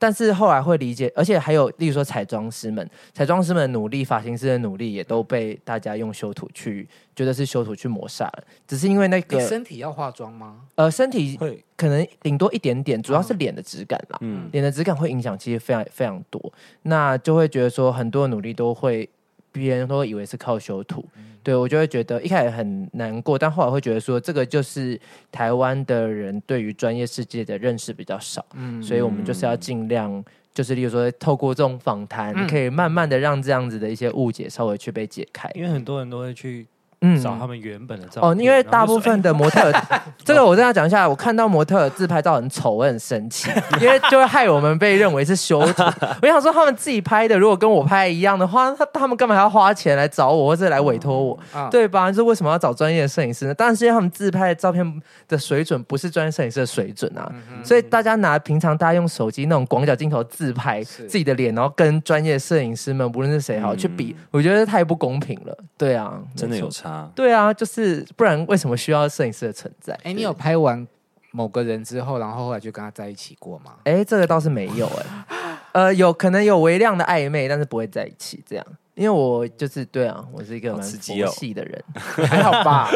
但是后来会理解，而且还有，例如说彩妆师们，彩妆师们的努力，发型师的努力，也都被大家用修图去觉得是修图去抹杀了。只是因为那你个身体要化妆吗？呃身体会可能顶多一点点，主要是脸的质感啦。嗯脸的质感会影响其实非常非常多，那就会觉得说很多努力都会。别人都会以为是靠修图，嗯对我就会觉得一开始很难过，但后来会觉得说这个就是台湾的人对于专业世界的认识比较少，嗯，所以我们就是要尽量，就是例如说透过这种访谈，嗯可以慢慢的让这样子的一些误解稍微去被解开。因为很多人都会去嗯找他们原本的照片。哦，因为然后就大说哎部分的模特儿， <laughs> 这个我真的要讲一下，我看到模特儿自拍照很丑，我很生气，因为就会害我们被认为是修图。我想说，他们自己拍的，如果跟我拍一样的话，他他们干嘛还要花钱来找我，或者来委托我，嗯啊对吧？就是为什么要找专业的摄影师呢？当然是因为他们自拍的照片的水准不是专业摄影师的水准嗯啊。嗯所以大家拿平常大家用手机那种广角镜头自拍是自己的脸，然后跟专业摄影师们，无论是谁好、去比，嗯我觉得太不公平了。对啊，真的没错有差。对啊，就是不然为什么需要摄影师的存在？哎、你有拍完某个人之后，然后后来就跟他在一起过 <laughs> 吗？哎，这个倒是没有 <laughs> 哎、呃，有可能有微量的暧昧，但是不会在一起这样。因为我就是对啊，我是一个好蛮刺激佛哦系的人。 <laughs> 还好吧？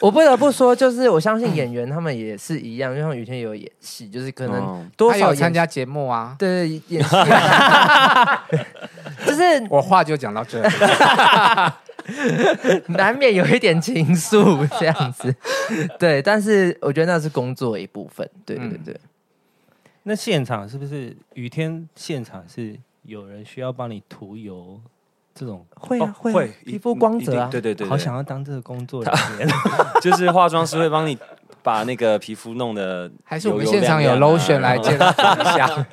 我不得不说，就是我相信演员他们也是一样，就像雨天也有演戏，就是可哦能多他有少参演加节目啊。对演戏啊， <laughs> 就是我话就讲到 <laughs> 这里，难免有一点情愫这样子。对，但是我觉得那是工作的一部分。对对对。嗯哎那现场是不是雨天现场是有人需要帮你涂油这种？会哦会皮肤光泽啊一定，对对对，对好想要当这个工作人员， <laughs> 就是化妆师会帮你把那个皮肤弄得还是我们油油现场有亮亮啊 lotion 来嗯然后介绍一下。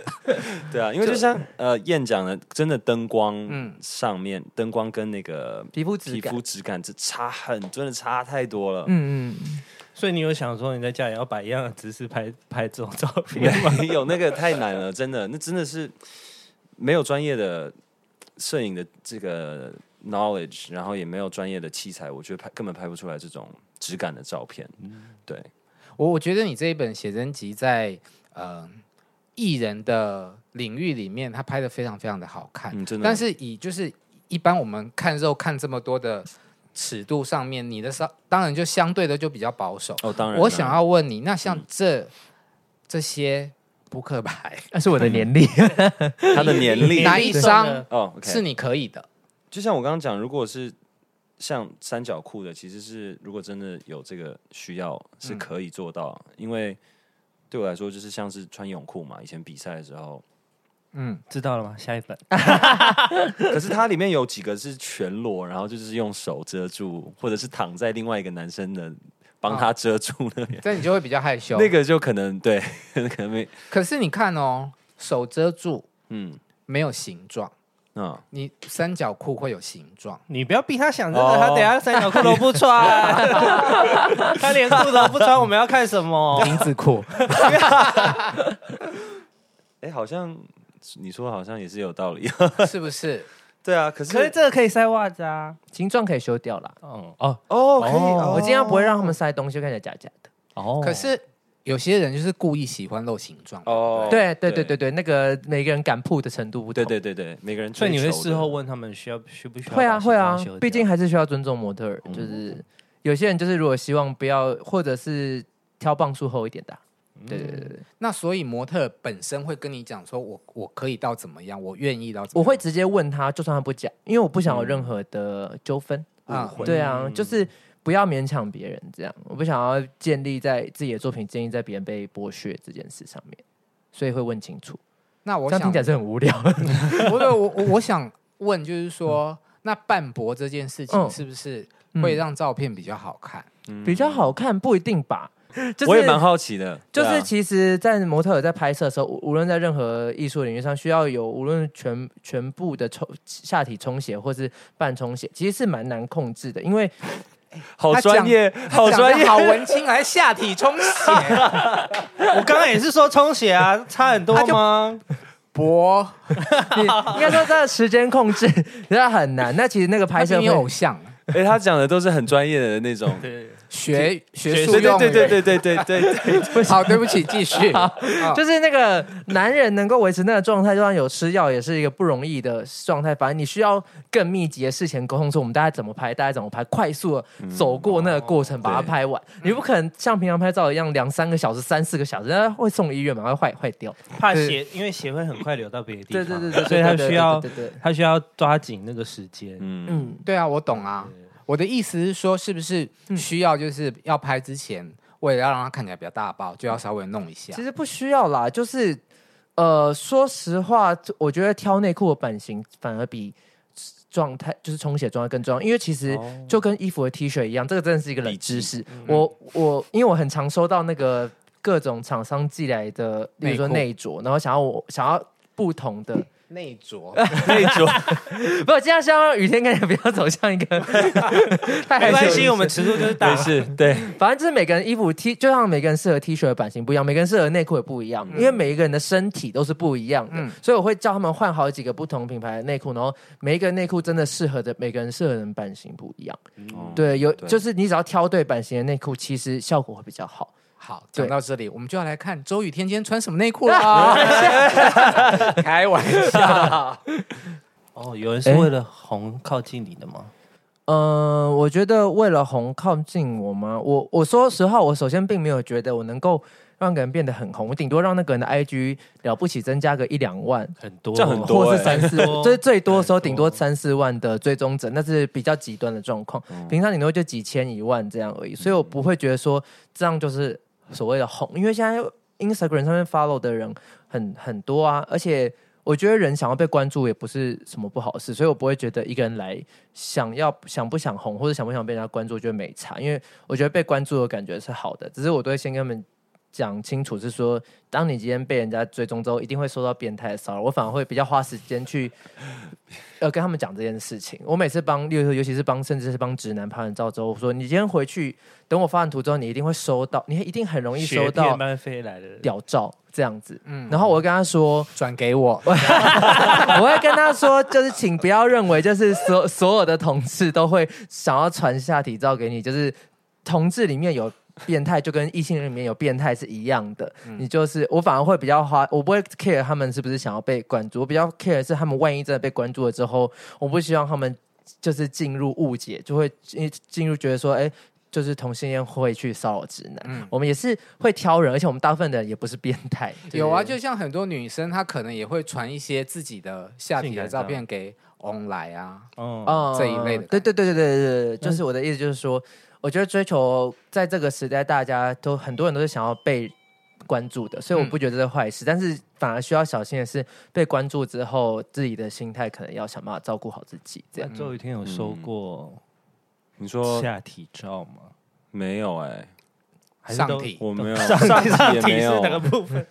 对啊，因为就像呃燕讲的，真的灯光嗯上面灯光跟那个皮肤质皮感肤质感这差很，真的差太多了。嗯嗯。所以你有想说你在家也要摆一样的姿势拍拍这种照 <laughs> 片吗？没 <laughs> 有那个太难了，真的，那真的是没有专业的摄影的这个 knowledge，然后也没有专业的器材，我觉得拍根本拍不出来这种质感的照片。对，我我觉得你这一本写真集在呃艺人的领域里面，他拍的非常非常的好看。嗯，真的。但是以就是一般我们看肉看这么多的尺度上面，你的稍当然就相对的就比较保守。哦，当然啦，嗯我想要问你，那像这、这些扑克 <laughs> 牌那是我的年龄，他的年龄哪一张哦，OK，是你可以 <laughs> 的？就像我刚刚讲，如果是像三角裤的，其实是如果真的有这个需要，是可以做到，因为对我来说就是像是穿泳裤嘛，以前比赛的时候，嗯，知道了吗？下一本可是它里面有几个是全裸，然后就是用手遮住，或者是躺在另外一个男生的帮他遮住那边，这样你就会比较害羞。那个就可能对，可能没，可是你看哦，手遮住嗯没有形状，啊，你三角裤会有形状。你不要逼他想这哦个，他等一下三角裤都不穿，他连裤都不穿，我们要看什 <laughs> 么？哦丁字裤，哎、好像你说好像也是有道理，是不是？对啊，可是可是这个可以塞袜子啊。形状可以修掉啦。哦哦哦，可以，哦我尽量不会让他们塞东西，看起来假假的。哦可是有些人就是故意喜欢露形状。哦，对对对对对，那个每个人敢铺的程度不同。对对对对，每个人所以你会追求的啊事后问他们需要需不需要？嗯会啊会啊，毕竟还是需要尊重模特儿，就是有些人就是如果希望不要，或者是挑磅数厚一点的啊、嗯对对对对对，那所以模特本身会跟你讲说我我可以到怎么样，我愿意到怎么我样。会直接问他，就算他不讲，因为我不想有任何的纠纷。嗯啊会对啊，就是不要勉强别人，这样我不想要建立在自己的作品建立在别人被剥削这件事上面，所以会问清楚。那我这样听想起来是很无聊。不是 <laughs> 我我我想问，就是说，那半薄这件事情嗯是不是嗯会让照片比较好看？比较好看不一定 <laughs> 吧，就是嗯我也蛮好奇的，就对啊是其实，在模特儿在拍摄的时候，无无论在任何艺术领域上，需要有无论全全部的充下体充血或是半充血，其实是蛮难控制的，因 <laughs> 为好专业，好长得专业，好文青，还下体充血，我刚刚也是说充血啊，差很多吗？薄，你应该说这个时间控制 <laughs> 真的很难。那其实那个拍还摄是你偶会像，哎，他讲的都是很专业的那种，对，学学术对对用对对语。对对对对对，好，对不起，继续。就就是那个男人能够维持那个状态，就算有吃药，也是一个不容易的状态。反正你需要更密集的事前沟通，说我们大家怎么拍，大家怎么拍，快速的走过那个过程，把它拍完。你不可能像平常拍照一样两三个小时、三四个小时，那会送医院嘛，会坏坏掉。 <laughs> 怕血，因为血会很快流到别的地对方。对对对，所以他需要对对，他需要抓紧那个时间。嗯，嗯，对啊，我懂啊。我的意思是说，是不是嗯需要就是要拍之前，为了要让它看起来比较大包，就要稍微弄一下其？实不需要啦，就是呃，说实话，我觉得挑内裤的版型反而比。状态就是充血状态更重要，因为其实哦就跟衣服的 T 恤一样，这个真的是一个冷知识。嗯我我因为我很常收到那个各种厂商寄来的，比如说内内着，然后想要我想要不同的，内着，那种不，这样希望雨天感觉不要走向一 <laughs> 个，太害羞没关了系，我们尺度就是大没。事，对，反正就是每个人衣服 T，就像每个人适合 T 恤的版型不一样，每个人适合内裤也不一样，因为每一个人的身体都是不一样的，嗯所以我会叫他们换好几个不同品牌的内裤，然后每一个内裤真的适合的每个人适合的版型不一样。对，有哦对就是你只要挑对版型的内裤，其实效果会比较好。 <laughs> 好，对讲到这里，我们就要来看周雨天今天穿什么内裤 <laughs> 了啊。开玩 <laughs> 笑，哦，有人是哎为了红靠近你的吗？嗯、我觉得为了红靠近我吗？我我说实话，我首先并没有觉得我能够让个人变得很红，我顶多让那个人的 IG 了不起增加个一两万，很多，这样很多或欸是三 <laughs> 四，多就是最多的时候很多顶多三四万的追踪者，那是比较极端的状况。哦平常顶多就几千一万这样而已，所嗯以我不会觉得说这样就是所谓的红，因为现在 Instagram 上面 follow 的人很很多啊，而且我觉得人想要被关注也不是什么不好的事，所以我不会觉得一个人来想要想不想红或者想不想被人家关注，我觉得没差，因为我觉得被关注的感觉是好的，只是我都会先跟他们。讲清楚是说，当你今天被人家追踪之后，一定会受到变态的骚扰。我反而会比较花时间去，呃，跟他们讲这件事情。我每次帮，例如说尤其是帮，甚至是帮直男拍完照之后，我说你今天回去，等我发完图之后，你一定会收到，你一定很容易收雪片到般飞来的。屌照这样子。嗯然后我会跟他说，转给我。 <laughs> 我会跟他说，就是请不要认为就是所所有的同事都会想要传下体照给你，就是同志里面有。变态就跟异性恋里面有变态是一样的，嗯你就是我反而会比较花，我不会 care 他们是不是想要被关注，我比较 care 的是他们万一真的被关注了之后，我不希望他们就是进入误解，就会进进入觉得说，哎、就是同性恋会去骚扰直男，嗯我们也是会挑人，而且我们大部分的人也不是变态，对有啊，对对就像很多女生，她可能也会传一些自己的下体性的感照照片给 on 来啊。哦，哦，这一类的对对对对对对对，嗯就是我的意思，就是说，我觉得追求在这个时代，大家都很多人都是想要被关注的，嗯所以我不觉得这是坏事，但是反而需要小心的是，被关注之后，自己的心态可能要想办法照顾好自己。这那样，周雨天有收过你说下体照吗？没有哎，还是都上体我没有， <laughs> 上体也体没是有哪个部分？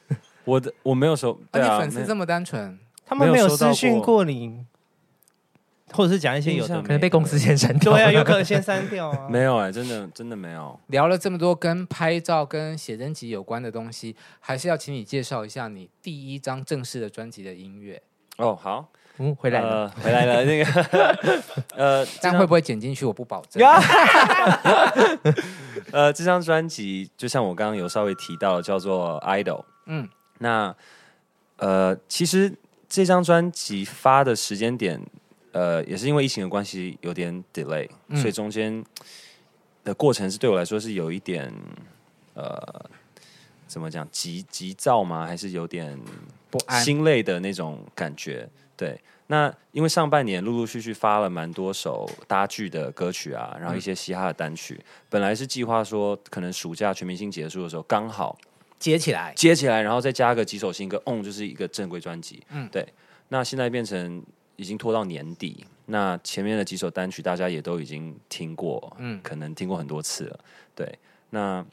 我的我没有手，而对且啊，粉丝没这么单纯， <laughs> 他们没有没有收到私过讯过你，或者是讲一些有的印象没的可能被公司先删掉。对啊，<laughs> 有可能先删掉 <laughs> 啊。没有哎，真的真的没有。聊了这么多跟拍照、跟写真集有关的东西，还是要请你介绍一下你第一张正式的专辑的音乐。哦，好，嗯，回来了。呃，回来了，那个， <laughs> 呃，这但张会不会剪进去，我不保证。呃，这张专辑就像我刚刚有稍微提到，叫做《Idol》。嗯嗯，那呃，其实这张专辑发的时间点，呃，也是因为疫情的关系有点 delay，、嗯所以中间的过程是对我来说是有一点呃，怎么讲急急躁吗？还是有点不安。心累的那种感觉。对，那因为上半年陆陆续续发了蛮多首搭剧的歌曲啊，然后一些嘻哈的单曲。嗯本来是计划说，可能暑假全明星结束的时候刚好接起来，接起来，然后再加个几首新歌，嗯，就是一个正规专辑。嗯，对。那现在变成已经拖到年底，那前面的几首单曲大家也都已经听过，嗯，可能听过很多次了。对，那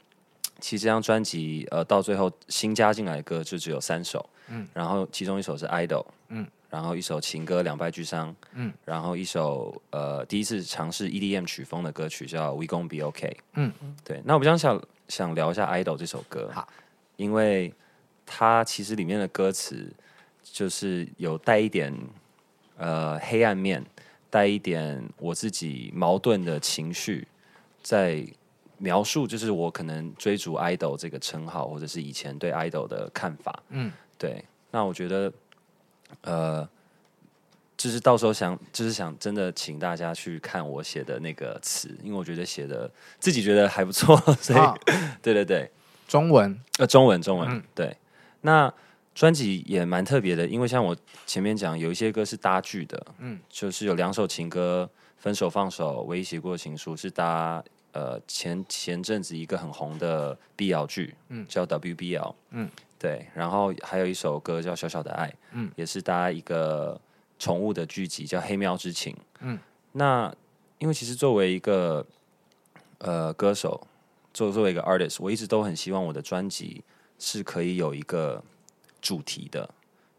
其实这张专辑呃到最后新加进来的歌就只有三首，嗯，然后其中一首是《Idol》，嗯嗯。然后一首情歌《两败俱伤》，嗯嗯，然后一首呃第一次尝试 EDM 曲风的歌曲叫《We Gon' Be OK》，嗯嗯，对。那我比较想想聊一下《Idol》这首歌，好因为它其实里面的歌词就是有带一点呃黑暗面，带一点我自己矛盾的情绪，在描述就是我可能追逐 idol 这个称号，或者是以前对 idol 的看法。嗯嗯，对。那我觉得呃。就是到时候想，就是想真的请大家去看我写的那个词，因为我觉得写的自己觉得还不错， <laughs> 所以、好对对对，中文呃，中文中文、嗯对。那专辑也蛮特别的，因为像我前面讲，有一些歌是搭剧的，嗯嗯，就是有两首情歌，《分手放手》《唯一写过的情书》是搭呃前前阵子一个很红的 BL 剧，嗯，叫 WBL，嗯嗯，对。然后还有一首歌叫《小小的爱》，嗯嗯，也是搭一个宠物的剧集叫《黑喵之情》，嗯嗯。那因为其实作为一个呃歌手，作作为一个 artist，我一直都很希望我的专辑是可以有一个主题的，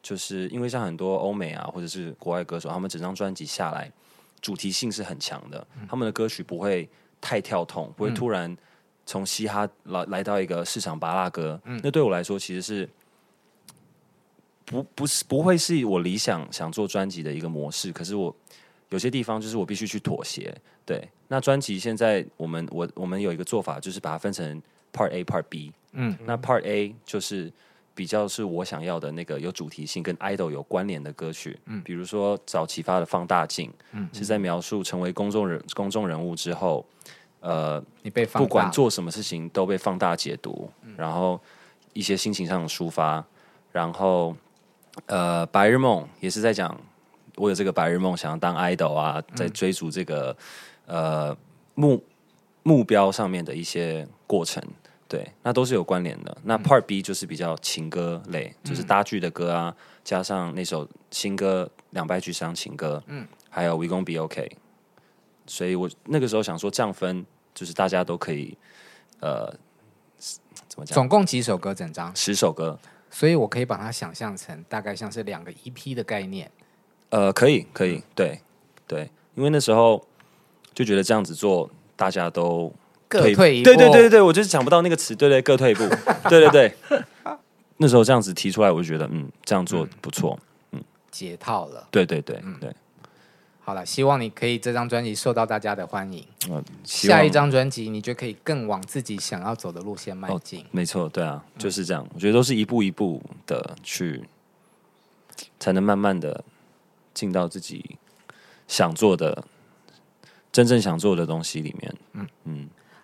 就是因为像很多欧美啊或者是国外歌手，他们整张专辑下来主题性是很强的，他们的歌曲不会太跳痛，不会突然从嘻哈来来到一个市场拔拉歌，那对我来说其实是。不不是不会是我理想想做专辑的一个模式，可是我有些地方就是我必须去妥协，对，那专辑现在我们我我们有一个做法，就是把它分成 Part A、Part B。嗯嗯，那 Part A 就是比较是我想要的那个有主题性、跟 idol 有关联的歌曲。嗯，比如说早期发的《放大镜》，嗯，是在描述成为公众人公众人物之后，呃，你被放不大嗯管做什么事情都被放大解读，然后一些心情上的抒发，然后呃，白日梦也是在讲我有这个白日梦，想要当 idol 啊，嗯在追逐这个、呃目目标上面的一些过程。对，那都是有关联的。嗯那 Part B 就是比较情歌类，就是搭剧的歌啊，加上那首新歌《两败俱伤》情歌，嗯，还有《We Gon' Be OK》。所以我那个时候想说，这样分就是大家都可以，呃，怎么讲？总共几首歌整张，十首歌，所以我可以把它想象成大概像是两个 EP 的概念。呃，可以，可嗯以，对，对，因为那时候就觉得这样子做，大家都各退一步对对对对对，我就是想不到那个词，对对，各退一 <laughs> 步，对对对。那时候这样子提出来，我就觉得，嗯，这样做不错，解套了，对对对嗯对。好了，希望你可以这张专辑受到大家的欢迎。希望下一张专辑你就可以更往自己想要走的路线迈哦进，。没错，对啊，就是这样。我觉得都是一步一步的去，才能慢慢的进到自己想做的、真正想做的东西里面。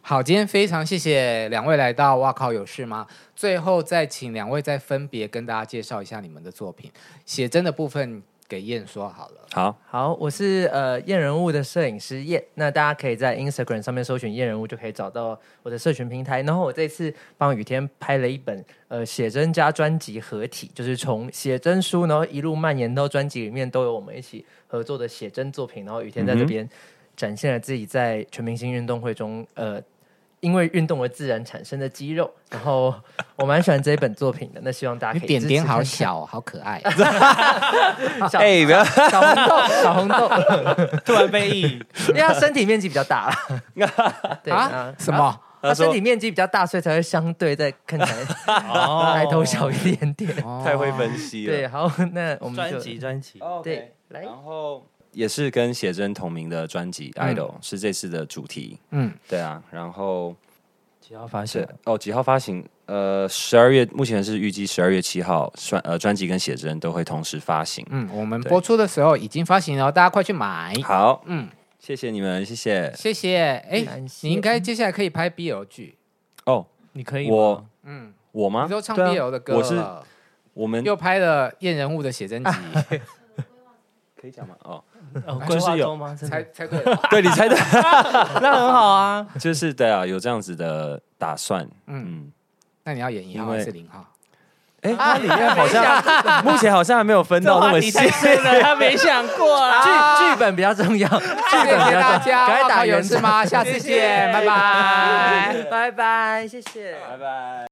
好，今天非常谢谢两位来到《哇靠有事吗》。最后再请两位再分别跟大家介绍一下你们的作品。写真的部分给燕说好了。好，好，我是呃验人物的摄影师燕，那大家可以在 Instagram 上面搜寻验人物，就可以找到我的社群平台。然后我这次帮雨天拍了一本呃写真加专辑合体，就是从写真书，然后一路蔓延到专辑里面都有我们一起合作的写真作品。然后雨天在嗯这边展现了自己在全明星运动会中呃。因为运动而自然产生的肌肉，然后我蛮喜欢这一本作品的，那希望大家你啊可以支点持点好看看，小，好可爱。啊小哎，不要小红豆，小红豆，突然被 <laughs> 意， <laughs> 因为他身体面积比较 <laughs> 大啦。对啊？什？么？那他身体面积比较大，所以才会相对在看起来 <laughs> 哦抬头小一点点。哦太会分析对，。好，那我们专就辑专辑， <laughs> 对来然后也是跟写真同名的专辑《Idol》是这次的主题。嗯，对啊，然后几号发行是？哦，几号发行？呃，十二月，目前是预计十二月七号，专呃专辑跟写真都会同时发行。嗯，我们对播出的时候已经发行了，大家快去买。好，嗯，谢谢你们，谢谢谢谢。哎感，谢你应该接下来可以拍 BL 剧，哦。你可以我吗？嗯，我吗？你都唱对啊 BL 的歌我是了，我们又拍了《验人物》的写真集，可以讲吗？哦， <laughs> 哦就规是划有中吗？真猜的猜对了吧，对你猜的， <laughs> 那很好啊。就是对啊，有这样子的打算。嗯，嗯，那你要演一号因为还是零号？哎，它里面好像嗯目前好像还没有分到那么细。深 <laughs> 了，他没想过 <laughs> 啊。剧剧本比较重要，剧谢本谢比较重大要。家，赶快打有圆 <laughs> 事吗？下次见，拜拜。拜拜，谢谢。拜拜。